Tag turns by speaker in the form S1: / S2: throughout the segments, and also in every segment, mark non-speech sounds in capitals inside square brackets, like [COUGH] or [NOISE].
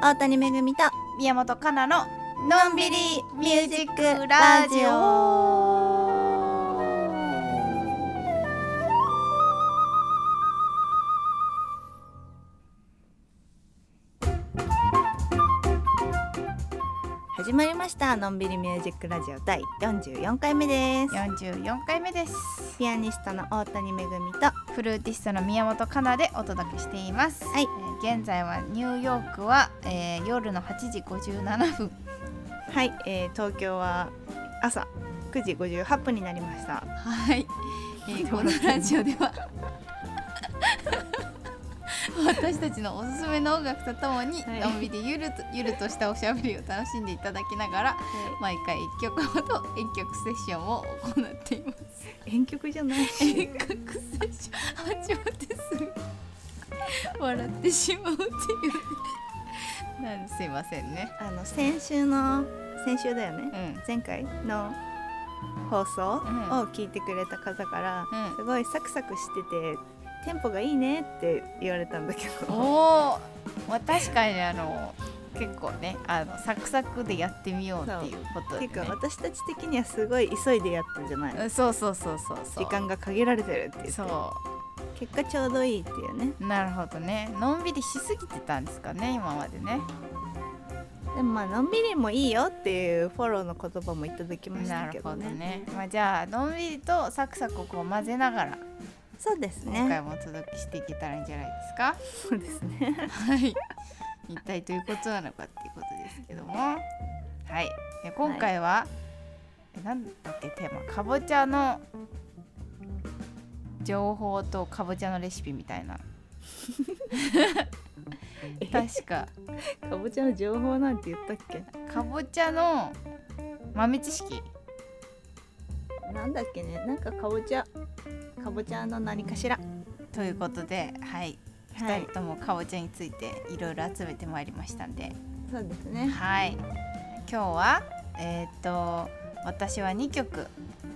S1: 大谷めぐみと
S2: 宮本かなの
S1: のんびりミュージックラジオ始まりましたのんびりミュージックラジオ第44回目です
S2: 44回目です
S1: ピアニストの大谷めぐみと
S2: フルーティストの宮本かなでお届けしています、
S1: はい
S2: えー現在はニューヨークは、えー夜の8時57分
S1: はい、えー、東京は朝9時58分になりました
S2: はい、えー、こ
S1: どう
S2: の
S1: なってんの
S2: ラジオで
S1: [LAUGHS]
S2: は私たちのおすすめの音楽とともに
S1: はい
S2: のんびりゆるとゆるとしたおしゃべりを楽しんでいただきながら毎回一曲ほど遠曲セッションを行っています
S1: 遠曲じゃない
S2: 遠 [LAUGHS]
S1: し
S2: 隔セッション始まってすぐ笑ってしまうっていうなんすいませんね
S1: あの先週の先週だよ
S2: う
S1: ね
S2: んうん
S1: 前回の放送を
S2: うん
S1: 聞いてくれた方から、
S2: うん
S1: すごいサクサクしててテンポがいいねって言われたんだけど
S2: おおまあ確かにあの結構ねあのサクサクでやってみようっていうこと
S1: て
S2: で、
S1: いうか
S2: ね、
S1: 私たち的にはすごい急いでやったじゃない
S2: うんそうそうそうそうそう
S1: 時間が限られてるって言って
S2: そ
S1: 結果ちょうどいいっていうね
S2: うなるほどねのんびりしすぎてたんですかね今までね
S1: でもまあのんびりもいいよっていうフォローの言葉もいただきまし
S2: な
S1: たけ
S2: るほ
S1: ど
S2: ど
S1: ね
S2: ね、まあ、じゃあのんびりとサクサクをこう混ぜながら
S1: そうです
S2: 今回
S1: ね
S2: もお届けしていけたらいいんじゃないですか、
S1: そうですね
S2: はい、一体どういうことなのかっていうことですけどもはいで今回は、えなんだっけテーマかぼちゃの情報とかぼちゃのレシピみたいな確か
S1: [LAUGHS] かぼちゃの情報なんて言ったっけ
S2: かぼちゃの豆知識
S1: なんだっけねなんかかぼちゃかぼちゃの何かしら
S2: ということではい、
S1: は
S2: 2
S1: い
S2: 人ともかぼちゃについていろいろ集めてまいりましたんで
S1: そうですね
S2: はい。今日はえーっと私は2曲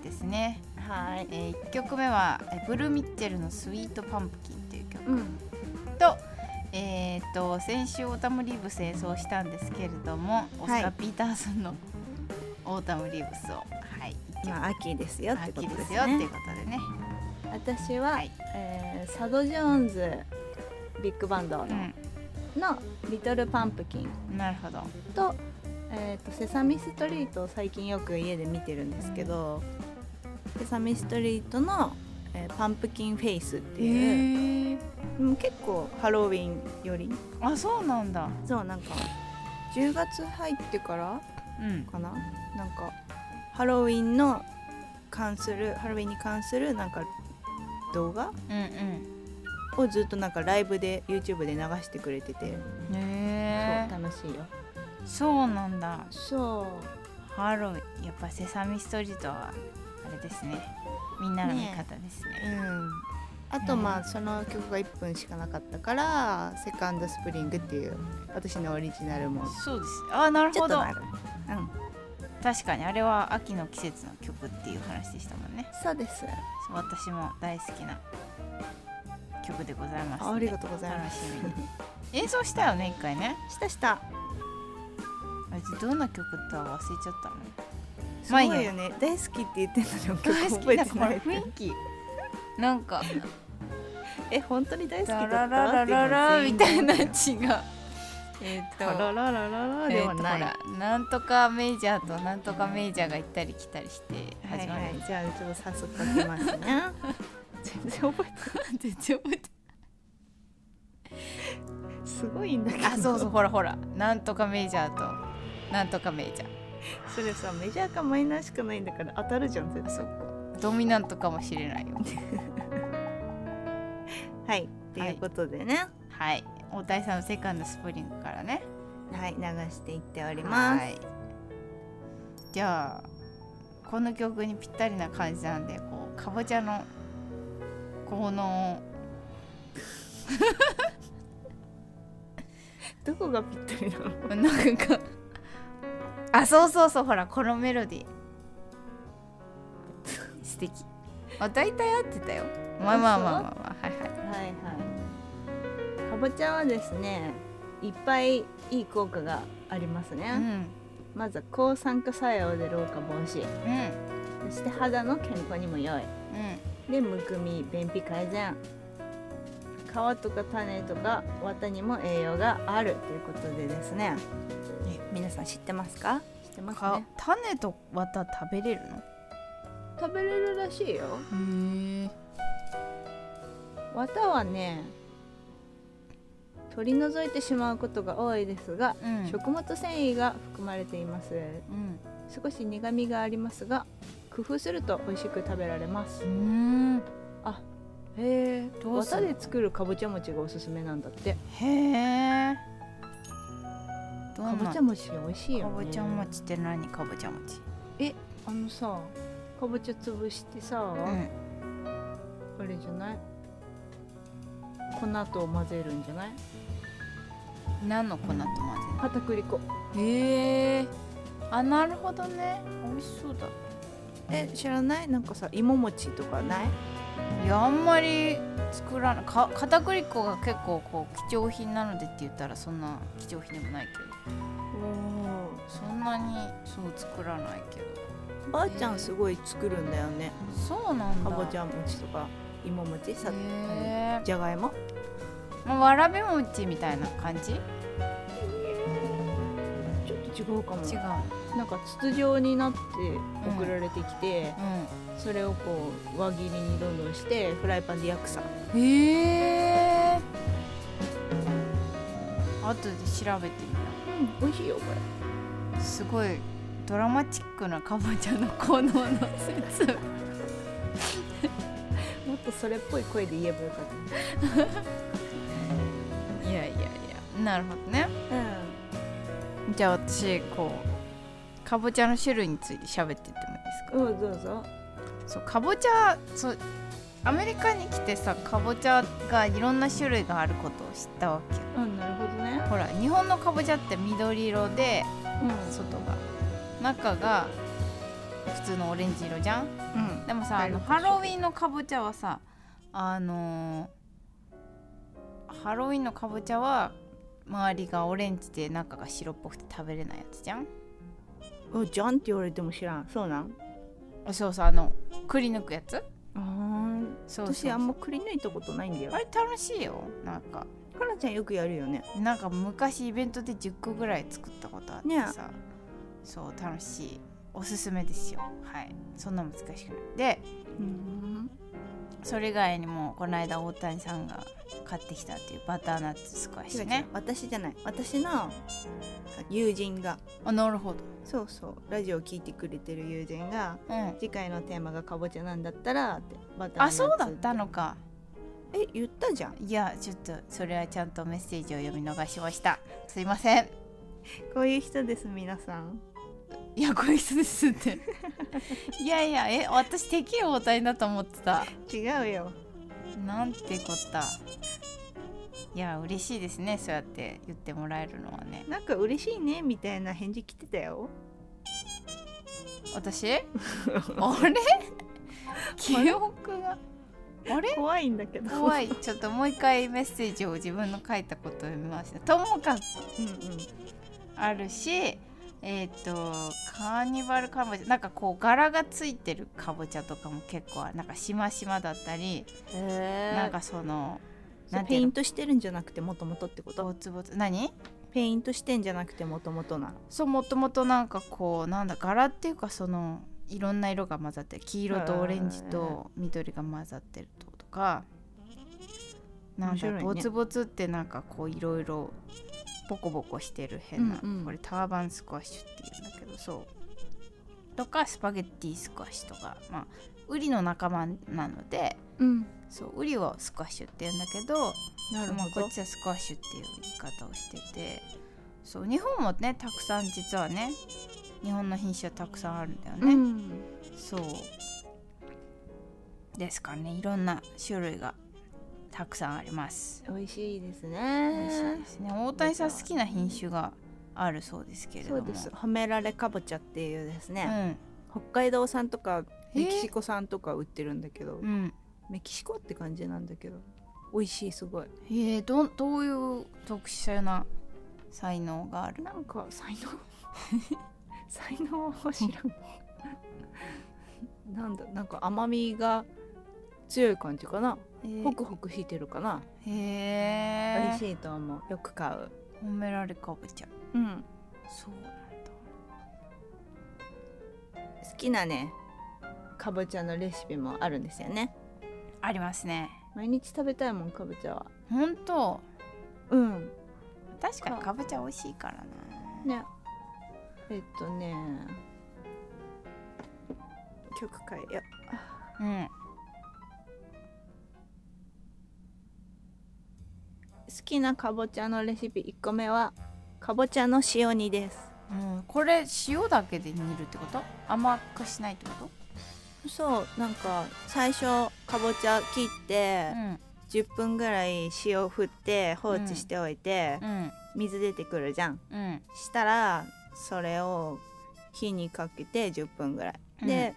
S2: ですね。
S1: はい
S2: え1曲目はえブルーミッチェルのスイートパンプキンっていう曲
S1: うん
S2: と。えーっと先週オータムリーブス演奏したんですけれども、オスカー・ピーターソンのオータムリーブスをはい一曲
S1: まあ秋ですよってこと
S2: 秋
S1: で
S2: ですすよっていう
S1: ね
S2: ことでね、
S1: 私は、
S2: はい
S1: えーサド・ジョーンズビッグバンドの,、のリトル・パンプキン
S2: うん、なるほどは
S1: と,、えー、とセサミストリートを最近よく家で見てるんですけど、セサミストリートの、えーパンプキンフェイスっていう、
S2: い
S1: うん結構ハロウィンより
S2: あそうなんだ
S1: そうなんか10月入ってから
S2: うん
S1: かななんかハロウィンの関するハロウィンに関するなんか動画
S2: うんうん
S1: をずっとなんかライブで YouTube で流してくれてて、
S2: へえ
S1: そう楽しいよ
S2: そうなんだ
S1: そう
S2: ハロウィンやっぱセサミストリートはあれですねみんなの味方です
S1: う
S2: ね
S1: んあとまあその曲が1分しかなかったから「セカンドスプリング」っていう私のオリジナルも
S2: そうですあなる
S1: ちょ
S2: ほ
S1: っと
S2: ど
S1: なるうん
S2: 確かにあれは秋の季節の曲っていう話でしたもんね
S1: そうです
S2: そう私も大好きな曲でございます
S1: あありがとうござい
S2: 楽
S1: ま
S2: し
S1: す
S2: みに演奏したよね一回ね
S1: したした
S2: あれどんな曲だか忘れちゃったの
S1: す
S2: ま
S1: ご
S2: あ
S1: い
S2: いいや
S1: よね大好きって言ってんのにも曲
S2: 大
S1: 覚
S2: 好き
S1: え
S2: だ
S1: て
S2: か
S1: な
S2: ら
S1: いって
S2: 雰囲気なんか
S1: え本当に大好きだ
S2: ラ
S1: っ
S2: ラ
S1: た
S2: ララララみたいな違うえっと
S1: ララララララではない、
S2: えーとほらなんとかメジャーとなんとかメジャーが行ったり来たりして
S1: は
S2: 始
S1: い
S2: ま
S1: は
S2: る、
S1: い、じゃあちょっと早速書きますね全然覚え
S2: 全然覚え [LAUGHS] て
S1: てないすごいんだけど
S2: ないあそうそうほらほらなんとかメジャーとなんとかメジャー
S1: それさメジャーかマイナーしかないんだから当たるじゃん絶対
S2: そっかドミナントかもしれないよ
S1: はいっていうことでね
S2: はい大谷さんのセカンドスプリングからね
S1: はい、流していってお
S2: あ
S1: ります
S2: いじゃあこの曲にぴったりな感じなんでこうかぼちゃの効能
S1: どこがぴったりなの
S2: をなんかあそうそうそうほらこのメロディー素敵あ大体合ってたよまあまあまあまあまあはいはい
S1: はいはいかぼちゃはですねいっぱいいい効果があります
S2: うん
S1: ね、まずは抗酸化作用で老化防止
S2: うん
S1: そして肌の健康にも良い
S2: うん
S1: でむくみ便秘改善皮とか種とか綿にも栄養があるということでですね
S2: ね
S1: 皆さん知ってますか知ってます
S2: か
S1: ね
S2: 種と綿食べれるの
S1: 食べれるらしいよ
S2: へえ
S1: 綿はね取り除いてしまうことが多いですが、
S2: うん
S1: 食物繊維が含まれています
S2: うん
S1: 少し苦みがありますが工夫すると美味しく食べられます
S2: うーん
S1: へえ
S2: どうす
S1: 綿
S2: る
S1: で作るかぼちゃ餅がおすすめなんだって
S2: へえどう
S1: か
S2: な
S1: ぼちゃ餅美味しいよ
S2: か
S1: ね
S2: ぼちゃ餅って何かぼちゃ餅
S1: あのさかぼちゃ潰してさ、
S2: うん
S1: あれじゃない粉と混ぜるんじゃない
S2: 何の粉と混ぜ
S1: 片栗粉
S2: るへえあなるほどね美味しそうだ
S1: え知らないなんかさ芋餅とかない
S2: いやあんまり作らないか片栗粉が結構こう貴重品なのでって言ったらそんな貴重品でもないけどそんなにそう作らないけど
S1: ばあちゃんすごい作るんだよね
S2: そうなん
S1: か
S2: だ
S1: ぼちゃ餅とか芋餅さ
S2: へえ
S1: じゃがいも
S2: まあわらび餅みたいな感じ違う
S1: ちょっと違うかも
S2: う
S1: なんか筒状になって送られてきて、
S2: ん
S1: それをこう輪切りにどんどんしてフライパンで焼くさ
S2: へえ後で調べてみよ
S1: うん美味しいよこれ
S2: うすごいドラマチックなかぼちゃの効能の説明
S1: もっとそれっぽい声で言えばよかっ
S2: いやいやいやなるほどね
S1: た
S2: じゃあ私こうかぼちゃの種類について喋ってっても
S1: うん、う
S2: いいですか、
S1: ん、どうぞ
S2: そうかぼちゃそうアメリカに来てさかぼちゃがいろんな種類があることを知ったわけ
S1: うんなるほどね
S2: ほら日本のかぼちゃって緑色で
S1: うん
S2: 外が中が普通のオレンジ色じゃん
S1: うん
S2: でもさあのハロウィンのかぼちゃはさあのーハロウィンのかぼちゃは周りがオレンジで中が白っぽくて食べれないやつじゃん
S1: うんじゃんって言われても知らんそうなん
S2: あそうそうあのくり抜くやつ
S1: あ
S2: そうそう
S1: 私あんまくり抜いたことないんだよ
S2: あれ楽しいよなんか
S1: かなちゃんよくやるよね
S2: なんか昔イベントで10個ぐらい作ったことあってさ、そう楽しいおすすめですよはいそんな難しくないで
S1: うん
S2: それ以外にもこの間大谷さんが買ってきたっていうバターナッツスクワッシュね
S1: 私じゃない私の友人が
S2: あなるほど
S1: そうそうラジオを聞いてくれてる友人が
S2: うん
S1: 次回のテーマがかぼちゃなんだったらってバターナッ
S2: あ
S1: ツて
S2: そうだったのか
S1: え言ったじゃん
S2: いやちょっとそれはちゃんとメッセージを読み逃しましたすいません
S1: こういう人です皆さん
S2: いやこういう人ですって
S1: [LAUGHS]
S2: いやいやえ私できる大谷だと思ってた
S1: 違うよ
S2: なんてこったいや嬉しいですねそうやって言ってもらえるのはね
S1: なんか嬉しいねみたいな返事来てた [LAUGHS] よ
S2: 私 [LAUGHS] あれ記憶があれ
S1: 怖いんだけど
S2: 怖いちょっともう一回メッセージを自分の書いたことを読みましたともかく
S1: うんうん
S2: あるしえっ、とカーニバルかぼちゃなんかこう柄がついてるかぼちゃとかも結構あるなんかしましまだったり
S1: へ
S2: なんかそのなんて
S1: ペ
S2: いう
S1: イ
S2: の
S1: ントしてるんじゃなくてもともとってこと
S2: ボツボツ何
S1: ペイントしてんじゃなくてもともとなの
S2: そうもともとなんかこうなんだ柄っていうかそのいろんな色が混ざってる黄色とオレンジと緑が混ざってるととかなん
S1: 面
S2: だ、
S1: 白いね
S2: ボツボツってなんかこういろいろボコボコしてる変な、
S1: うんうん
S2: これターバンスクワッシュっていうんだけどそうとかスパゲッティスクワッシュとかまあウリの仲間なので
S1: うん
S2: そうウリはスクワッシュって言うんだけど
S1: なる
S2: まあ、
S1: ほ
S2: こ
S1: ど
S2: っちはスクワッシュっていう言い方をしててそう日本もねたくさん実はね日本の品種はたくさんあるんだよね、
S1: うん
S2: そうですかねいろんな種類がたくさんあります
S1: 美味しいです
S2: 美味しい
S1: ね
S2: ですね大谷さん好きな品種があるそうですけれど
S1: そ
S2: も
S1: うですはめられかぼちゃっていうです
S2: う
S1: ね、
S2: ん
S1: 北海道産とか
S2: え
S1: メ
S2: ー
S1: キシコ産とか売ってるんだけど、
S2: うん
S1: メキシコって感じなんだけど美味しいすごい
S2: えー、どんどういう特殊な才能がある
S1: なんか才能
S2: [LAUGHS]
S1: 才能を知らんなんだなんか甘みが強い感じかな
S2: えー
S1: ホクホク引いてるかな、
S2: へ
S1: 美
S2: え
S1: 味しいと思うよく買う
S2: 褒められかぼちゃ
S1: うん
S2: そうなんだ
S1: 好きなねかぼちゃのレシピもあるんですよね
S2: ありますね
S1: 毎日食べたいもんかぼちゃは
S2: ほんと
S1: うん
S2: 確かに
S1: か
S2: かぼちゃ美味しいからな、
S1: ねえっとね曲変えよ
S2: うん
S1: 好きなかぼちゃのレシピ1個目はかぼちゃの塩煮です
S2: うん、これ塩だけで煮るってこと甘くしないってこと
S1: そうなんか最初かぼちゃ切って
S2: う、ん
S1: 10分ぐらい塩振って放置しておいて、
S2: うん
S1: 水出てくるじゃん
S2: うん
S1: したらそれを火にかけて10分ぐらいで、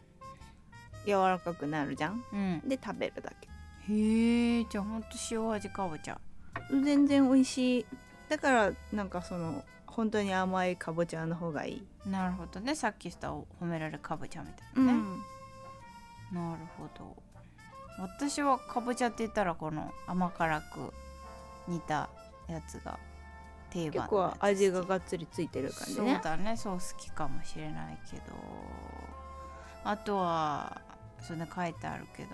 S1: 柔らかくなるじゃん
S2: うん
S1: で食べるだけ
S2: へえじゃあほんと塩味かぼちゃ
S1: 全然美味しいだからなんかその本当に甘いかぼちゃの方がいい、
S2: なるほどねさっきしたお褒められかぼちゃみたい
S1: ね
S2: なね、なるほど私はかぼちゃって言ったらこの甘辛く煮たやつが定番
S1: 結構
S2: あ
S1: 味ががっつりついてる感じ
S2: そう
S1: ね
S2: だねそう好きかもしれないけどあとはそれ書いてあるけど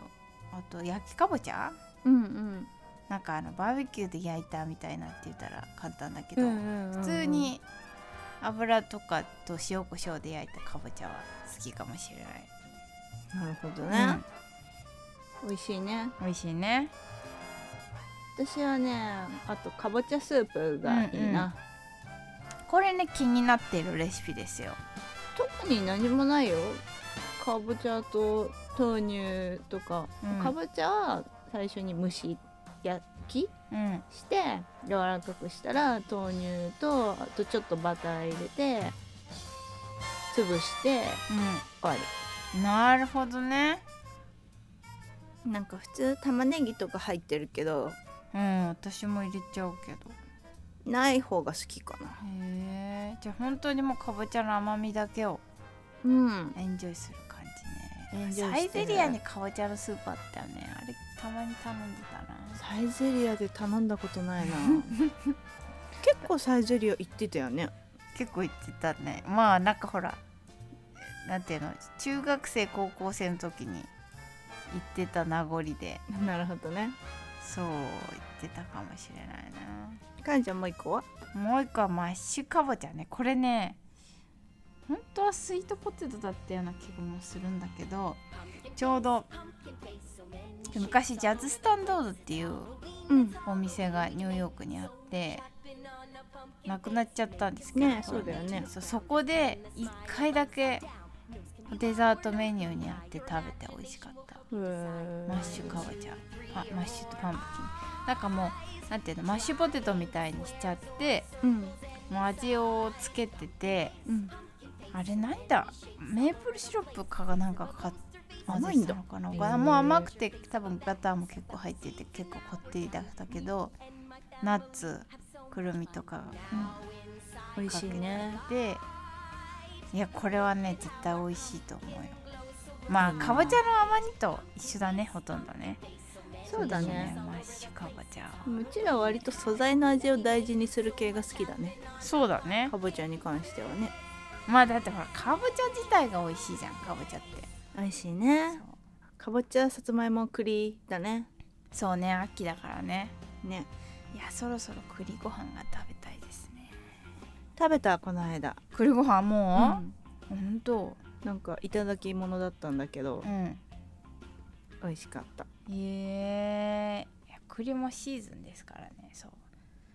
S2: あと焼きかぼちゃ
S1: うんうん
S2: なんかあのバーベキューで焼いたみたいなって言ったら簡単だけ
S1: う
S2: ど、
S1: んうんうんうん
S2: 普通に油とかと塩コショウで焼いたかぼちゃは好きかもしれな
S1: なるほど
S2: い、
S1: ね、美味しいね
S2: うん、美味しいね
S1: 私はねあとかぼちゃスープがいいな、
S2: これね気になってるレシピですよ
S1: 特に何もないよかぼちゃと豆乳とか、
S2: うん
S1: かぼちゃは最初に蒸し焼き
S2: うん
S1: して柔らかくしたら豆乳とあとちょっとバター入れて潰して終わ
S2: うんなるほどね
S1: りなんか普通玉ねぎとか入ってるけど
S2: うん私も入れちゃうけど
S1: ない方が好きかな
S2: へえじゃあ本当にもうかぼちゃの甘みだけを
S1: うん
S2: エンジョイする感じ
S1: エン
S2: ね
S1: ジョイ
S2: サイ
S1: してる
S2: ゼリアにかぼちゃのスープあったよねあれたまに頼んでたな
S1: サイゼリアで頼んだことない [LAUGHS] な結構サイゼリア行ってたよね
S2: 結構行ってたねまあなんかほらなんていうの中学生高校生の時に行ってた名残で
S1: なるほどね
S2: そう行ってたかもしれないな
S1: かんちゃんもう一個は
S2: もう一個はマッシュかぼちゃねこれね本当はスイートポテトだったような気もするんだけどちょうど昔ジャズスタンダードっていう
S1: うん
S2: お店がニューヨークにあってなくなっちゃったんですけど
S1: ねえそうだよね
S2: そうそこで1回だけデザートメニューにあって食べて美味しかったマ
S1: マ
S2: ッシュかぼちゃパマッシュとパンプキンなんかもうなんていうのマッシュポテトみたいにしちゃって
S1: うん
S2: もう味をつけてて
S1: うん
S2: あれなんだメープルシロップかがなんかかか
S1: 甘いんだ
S2: 混ぜたの
S1: へ
S2: かな
S1: ー
S2: もう甘くて多分バターも結構入ってて結構こってりだったけどナッツくるみとかが
S1: 美味しいね
S2: でいやこれはね絶対美味しいと思うよまあ
S1: うん
S2: かぼちゃの甘煮と一緒だねほとんどね
S1: そうだね
S2: マッシュかぼちゃ
S1: うちらは割と素材の味を大事にする系が好きだね
S2: そうだね
S1: かぼちゃに関してはね
S2: まあだってほらかぼちゃ自体が美味しいじゃんかぼちゃって
S1: 美味しい
S2: そう
S1: ねかぼちゃさつまいも栗だね
S2: そうね秋だからね
S1: ね
S2: いやそろそろ栗ご飯が食べたいですね
S1: 食べたこの間
S2: 栗ご飯も
S1: うん
S2: う、本当
S1: なんかいただき物だったんだけど
S2: うん
S1: 美味しかった
S2: えー、いや栗もシーズンですからねそう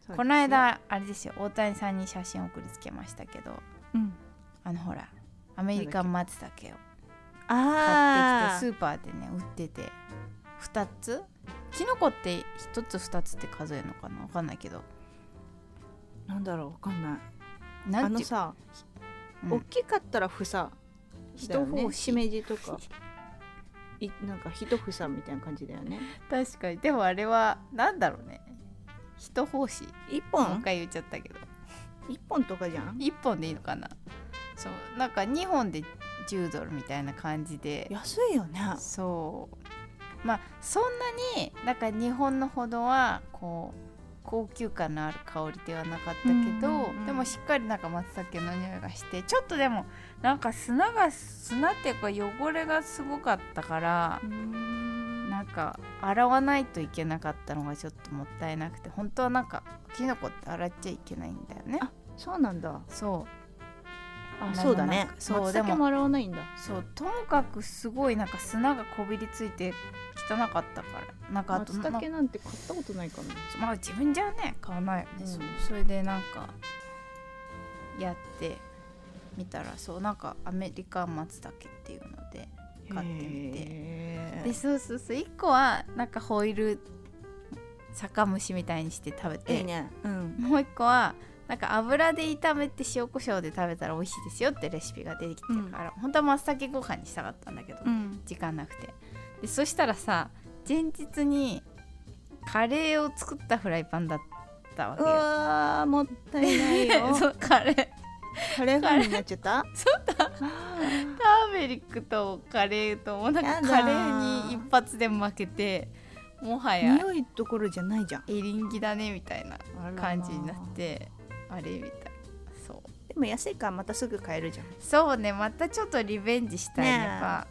S1: そう
S2: この間あれですよ大谷さんに写真送りつけましたけど
S1: うん
S2: あのほらアメリカン松茸を買
S1: あ
S2: っ
S1: ー
S2: てきてスーパーでね売ってて2つキノコって1つ2つって数えるのかなわかんないけど
S1: なんだろうわかんない
S2: な
S1: あ
S2: ん
S1: の
S2: ていう
S1: さ
S2: うん
S1: 大きかったら房だよ
S2: 一
S1: ね
S2: 方
S1: しめじとかいなんか一房みたいな感じだよね
S2: 確かにでもあれはなんだろうね人胞子
S1: 一
S2: もう一
S1: 本
S2: 回言っちゃったけど
S1: 1本とかじゃん
S2: 1本でいいのかなそうなんか2本で10ドルみたいな感じで
S1: 安いよね
S2: そうまあそんなになんか日本のほどはこう高級感のある香りではなかったけ
S1: う
S2: ど、
S1: んうんうん
S2: でもしっかりなんか松茸の匂いがしてちょっとでもなんか砂が砂っていうか汚れがすごかったからなんか洗わないといけなかったのがちょっともったいなくて本当はなんかキノコって洗っちゃいけないんだよね
S1: あそうなんだ
S2: そう
S1: あそうだね
S2: そう
S1: 松
S2: で
S1: 茸
S2: も
S1: も洗わないんだ
S2: そうともかくすごいなんか砂がこびりついて汚かったからなんかあと
S1: 松
S2: な
S1: 茸なんて買ったことないかな
S2: まあ自分じゃね買わないよね、
S1: うん
S2: そうそれでなんかやってみたらそうなんかアメリカン松茸っていうので買ってみて
S1: へー
S2: でそうそうそう1個はなんかホイール酒蒸しみたいにして食べて
S1: いいね
S2: うん、もう1個はなんか油で炒めて塩コショウで食べたら美味しいですよってレシピが出てきてるから、本当は松茸ご飯にしたかったんだけど、
S1: うん
S2: 時間なくてでそしたらさ前日にカレーを作ったフライパンだったわ
S1: う
S2: けよ
S1: わーもったいない [LAUGHS] よ
S2: [LAUGHS] そうカレー
S1: カレーファンになっちゃ [LAUGHS] った
S2: ターメリックとカレーともうなん
S1: や
S2: か
S1: だー
S2: カレーに一発で負けてもはや
S1: 匂いどころじゃないじゃん
S2: エリンギだねみたいな感じになってあれみたいなそう
S1: でも安いからまたすぐ買えるじゃん
S2: そうねまたちょっとリベンジしたいね
S1: ねえ
S2: やっぱ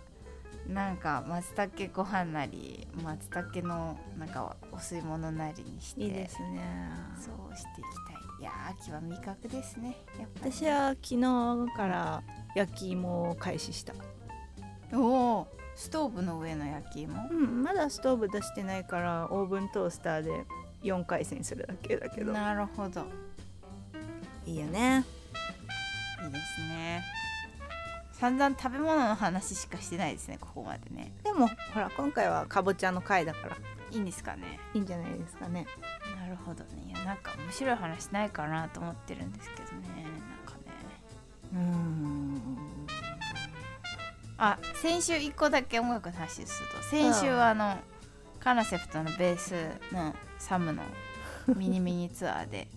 S2: なんか松茸ご飯なり松茸のなんかお吸い物なりにして
S1: いいですね
S2: そうしていきたいいやー秋は味覚ですねやっぱり
S1: 私は昨日から焼き芋を開始した
S2: おおストーブの上の焼き芋
S1: うんまだストーブ出してないからオーブントースターで4回戦するだけだけど
S2: なるほど
S1: いいよね
S2: いいですね散々食べ物の話しかしてないですねここまでね
S1: でもほら今回はかぼちゃの回だから
S2: いいんですかね
S1: いいんじゃないですかね
S2: なるほどねいやなんか面白い話ないかなと思ってるんですけどねなんかね
S1: うん
S2: あ先週1個だけ音楽の話すると先週はあの、カナセプトのベースのサムのミニミニツアーで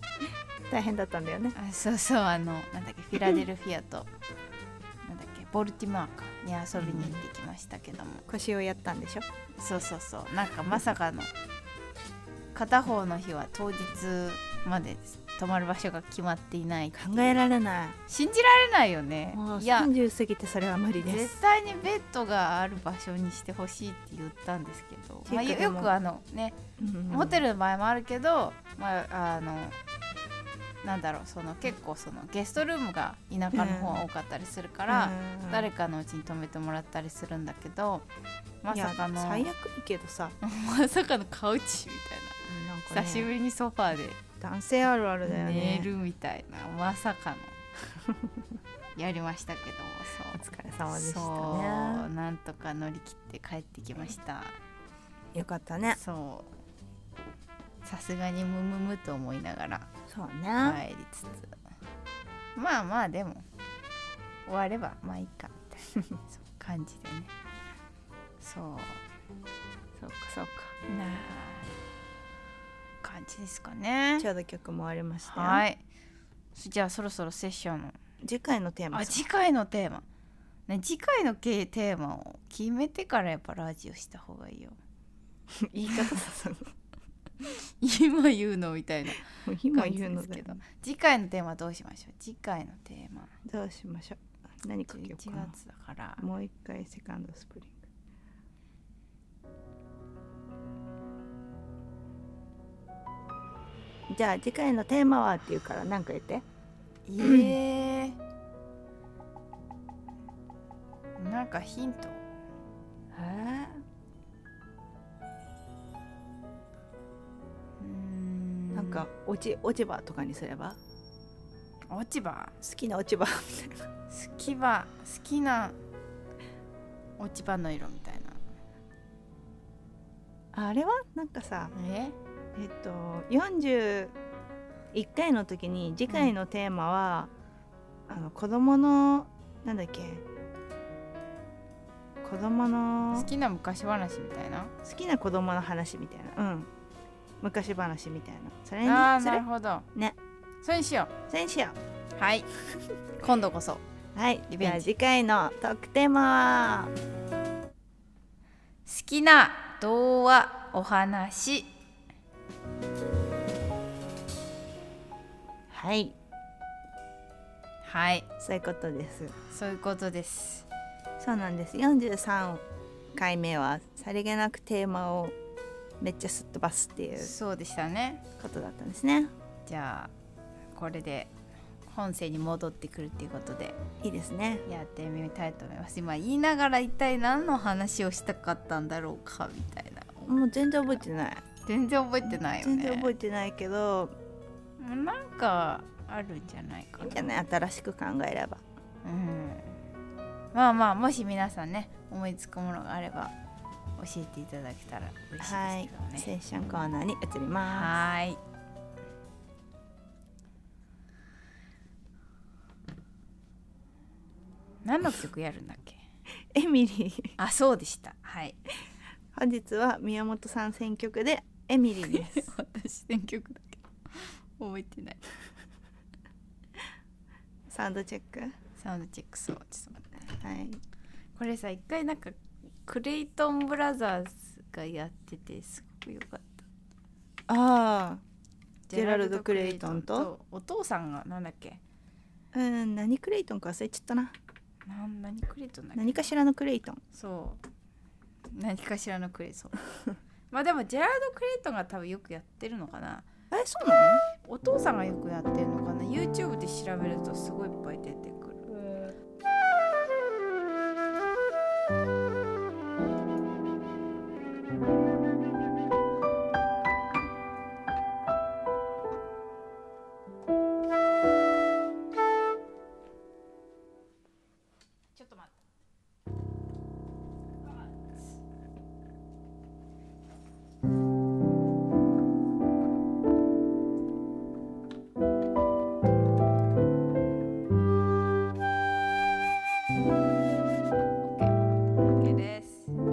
S1: 大変だったんだよね
S2: あそうそうあのなんだっけフィラデルフィアとなんだっけボルティマーかに遊びに行ってきましたけども、
S1: 腰をやったんでしょ
S2: そうそうそうなんかまさかの片方の日は当日まで泊まる場所が決まっていない
S1: 考えられない
S2: 信じられないよね
S1: もう
S2: いや
S1: 30過ぎてそれは無理です
S2: 絶対にベッドがある場所にしてほしいって言ったんですけど、まあ、
S1: ていうか
S2: よ
S1: で
S2: よ
S1: も
S2: くあのねホテルの場合もあるけど、まあ、あのなんだろうその結構そのゲストルームが田舎の方は多かったりするか、
S1: から
S2: 誰かのうちに泊めてもらったりするんだけどまさかの
S1: 最悪だけどさ
S2: [LAUGHS] まさかのカウチみ
S1: なん
S2: たい
S1: か、
S2: な、
S1: ね、
S2: 久しぶりにソファーで
S1: 男性あるあるだよね
S2: 寝るみたいな、ま
S1: [LAUGHS]
S2: さかのやりましたけども
S1: お
S2: そう。
S1: 疲れ様でした
S2: そう
S1: ね
S2: なんとか乗り切って帰ってきました
S1: よかったね
S2: そうさすがにムムムと思いながら
S1: そうね、
S2: 帰りつつまあまあでも終わればまあいいかみたいなそう感じでねそう
S1: そうかそうか
S2: な感じですかね
S1: ちょうど曲も終わりましたよ
S2: はいじゃあそろそろセッションの
S1: 次回のテーマ
S2: あ次回のテーマね次回のけテーマを決めてからやっぱラジオした方がいいよ
S1: 言い方さその
S2: 今言うのみたいな
S1: もう [LAUGHS] 今言うのだ
S2: 感じですけど次回のテーマどうしましょう次回のテーマ
S1: どうしましょ [LAUGHS] う何かけ
S2: 11
S1: よう
S2: 月
S1: かな
S2: だから
S1: もう一回セカンドスプリングじゃあ次回のテーマはって言うから何か言って
S2: えーなんかヒント
S1: え
S2: うーん
S1: なんか落ち落ち葉とかにすれば
S2: 落ち葉
S1: 好きな落ち葉
S2: 好き葉好きな落ち葉の色みたいな
S1: あれはなんかさ
S2: え
S1: えっと41回の時に次回のテーマは、あの子供のなんだっけ子供の
S2: 好きな昔話みたいな
S1: 好きな子供の話みたいなうん昔話みたいなそれ
S2: あー
S1: にす
S2: な
S1: る
S2: るほど
S1: ね
S2: それにしよ
S1: 選手よ
S2: うはい [LAUGHS] 今度こそ
S1: はい
S2: リベンジ
S1: では次回のトークテーマは
S2: 好きな童話お話
S1: はい
S2: はい
S1: そういうことです
S2: そういうことです
S1: そうなんです43回目はさりげなくテーマをめっちゃすっ飛ばすっていう
S2: そうでしたね
S1: ことだったんですね
S2: じゃあこれで本性に戻ってくるっていうことで
S1: いいですね
S2: やってみたいと思います今言いながら一体何の話をしたかったんだろうかみたいな
S1: もう全然覚えてない
S2: 全然覚えてないよね
S1: 全然覚えてないけど
S2: なんかあるんじゃない
S1: い
S2: か
S1: いん
S2: な
S1: じゃない新しく考えれば
S2: うんまあまあもし皆さんね思いつくものがあれば教えていただけたら嬉
S1: は
S2: しい
S1: い
S2: ですけ
S1: セ
S2: どね
S1: ッションコーナーに移りま
S2: はーい何の曲やるんだっけ
S1: すエミリー
S2: あそうでしたはい
S1: 本日は宮本さん選曲でエミリーです [LAUGHS]
S2: [LAUGHS] 私選曲だけど覚えてない
S1: サウンドチェック
S2: サウンドチェックそうちょっと待って
S1: はい
S2: これさ一回なんかクレイトンブラザーズがやっててすごくよかった
S1: ああジェラルドクレイトンと
S2: ジェラルドクレイトンお父さんがなんだっけ
S1: うん何クレイトンか忘れちゃったな
S2: なん何クレイトンだっけ
S1: 何かしらのクレイトン
S2: そう何かしらのクレイトン [LAUGHS] まあでもジェラルド・クレイトンが多分よくやってるのかな
S1: えそうな
S2: お父さんがよくやってるのかな YouTube で調べるとすごいいっぱい出てくるちょっと待ってオッケーです
S1: の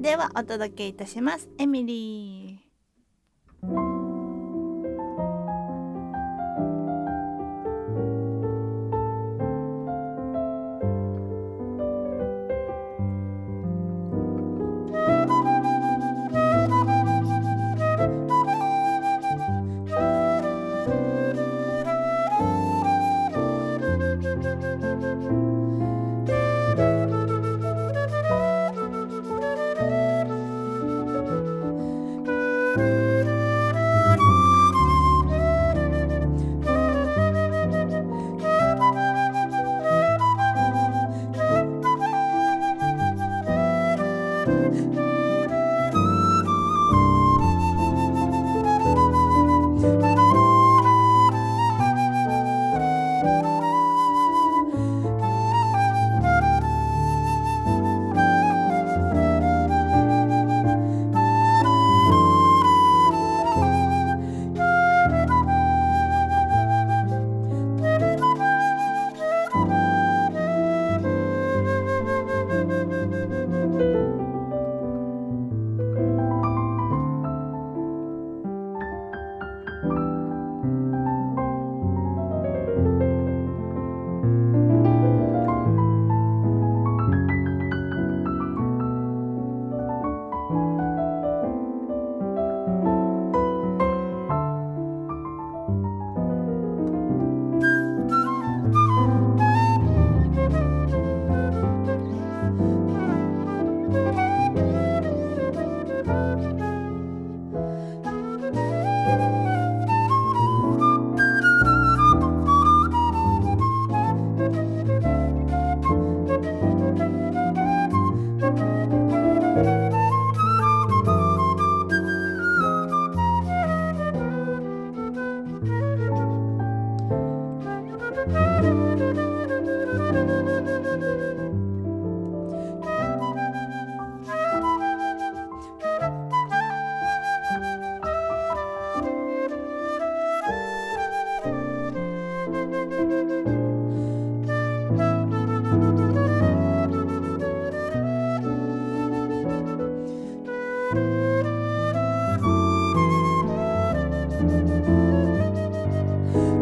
S1: ではお届けいたしますエミリ
S2: 「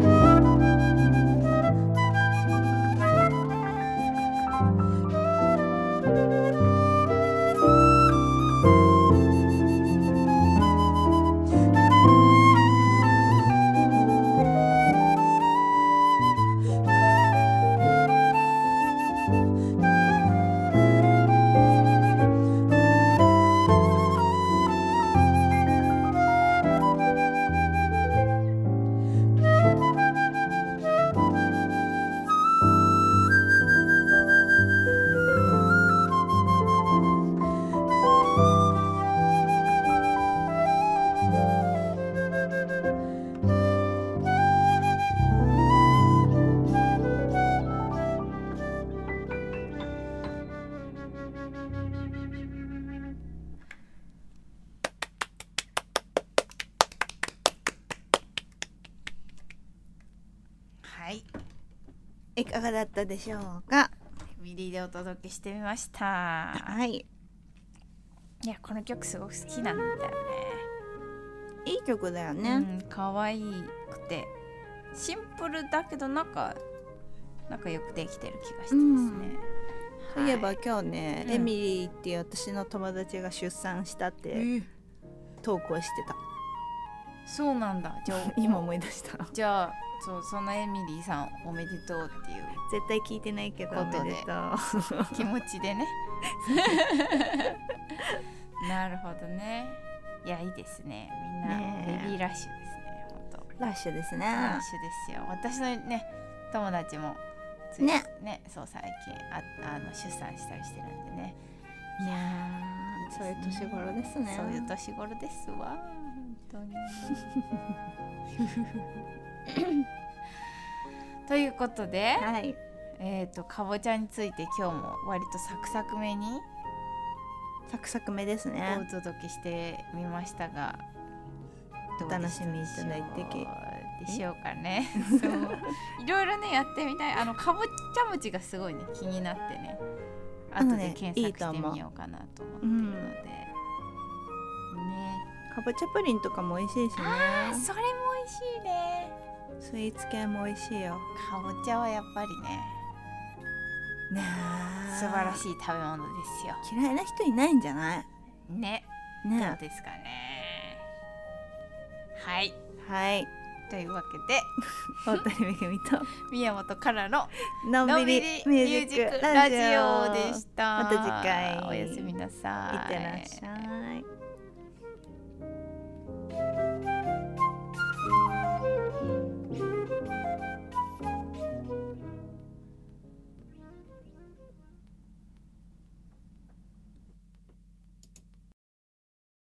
S1: いかがだったでしょうか
S2: ファミリーでお届けしてみました
S1: はい
S2: いやこの曲すごく好きなんだよね
S1: いい曲だよ
S2: う
S1: ね、
S2: ん可愛くてシンプルだけどなんかなんかよくできてる気がしてますね、
S1: そういえば
S2: は
S1: 今日ね、
S2: うん
S1: エミリーっていう私の友達が出産したっ
S2: え
S1: て投稿してた、
S2: そうなんだじゃあ
S1: 今思い出した
S2: じゃあそうそのエミリーさんおめでとうっていう
S1: 絶対聞いてないけど
S2: こ
S1: お
S2: とで
S1: めでとう
S2: 気持ち
S1: [LAUGHS]
S2: でねなるほどねいやいいですねみんな
S1: ねえ
S2: ベビーラッシュですね本当
S1: ラッシュですね
S2: ラッシュですよ私のね友達もつい
S1: ね
S2: ねそう最近ああの出産したりしてるんでね
S1: いやーそういう年頃ですね
S2: そういう年頃ですわ本当
S1: [LAUGHS]
S2: にということで、
S1: はい
S2: えー、とかぼちゃについて今日も割とサクサクめに
S1: サクサクめですね
S2: お届けしてみましたが、どうで
S1: お楽しみいただいてけ
S2: でしょうかねそう [LAUGHS] いろいろねやってみたいあのかぼちゃ餅がすごいね気になってね
S1: あ
S2: 後
S1: の
S2: で
S1: ね
S2: 検
S1: いいと
S2: 索
S1: 思う
S2: してみようかなと思ってるので、ね
S1: かぼちゃプリンとかも美味しいし
S2: あ
S1: ね
S2: それも美味しいね
S1: スイーツ系も美味しいよ
S2: かぼちゃはやっぱりね
S1: ね
S2: 素晴ら
S1: い
S2: しい食べ物ですよ
S1: 嫌いな人いないんじゃない
S2: ねどう
S1: ね
S2: ですかねはい
S1: はい
S2: というわけで
S1: 大谷恵美と
S2: 宮本からの
S1: [LAUGHS] のんびりミュージックラジオ
S2: でした
S1: また次回
S2: おやすみなさい
S1: いってらっしゃい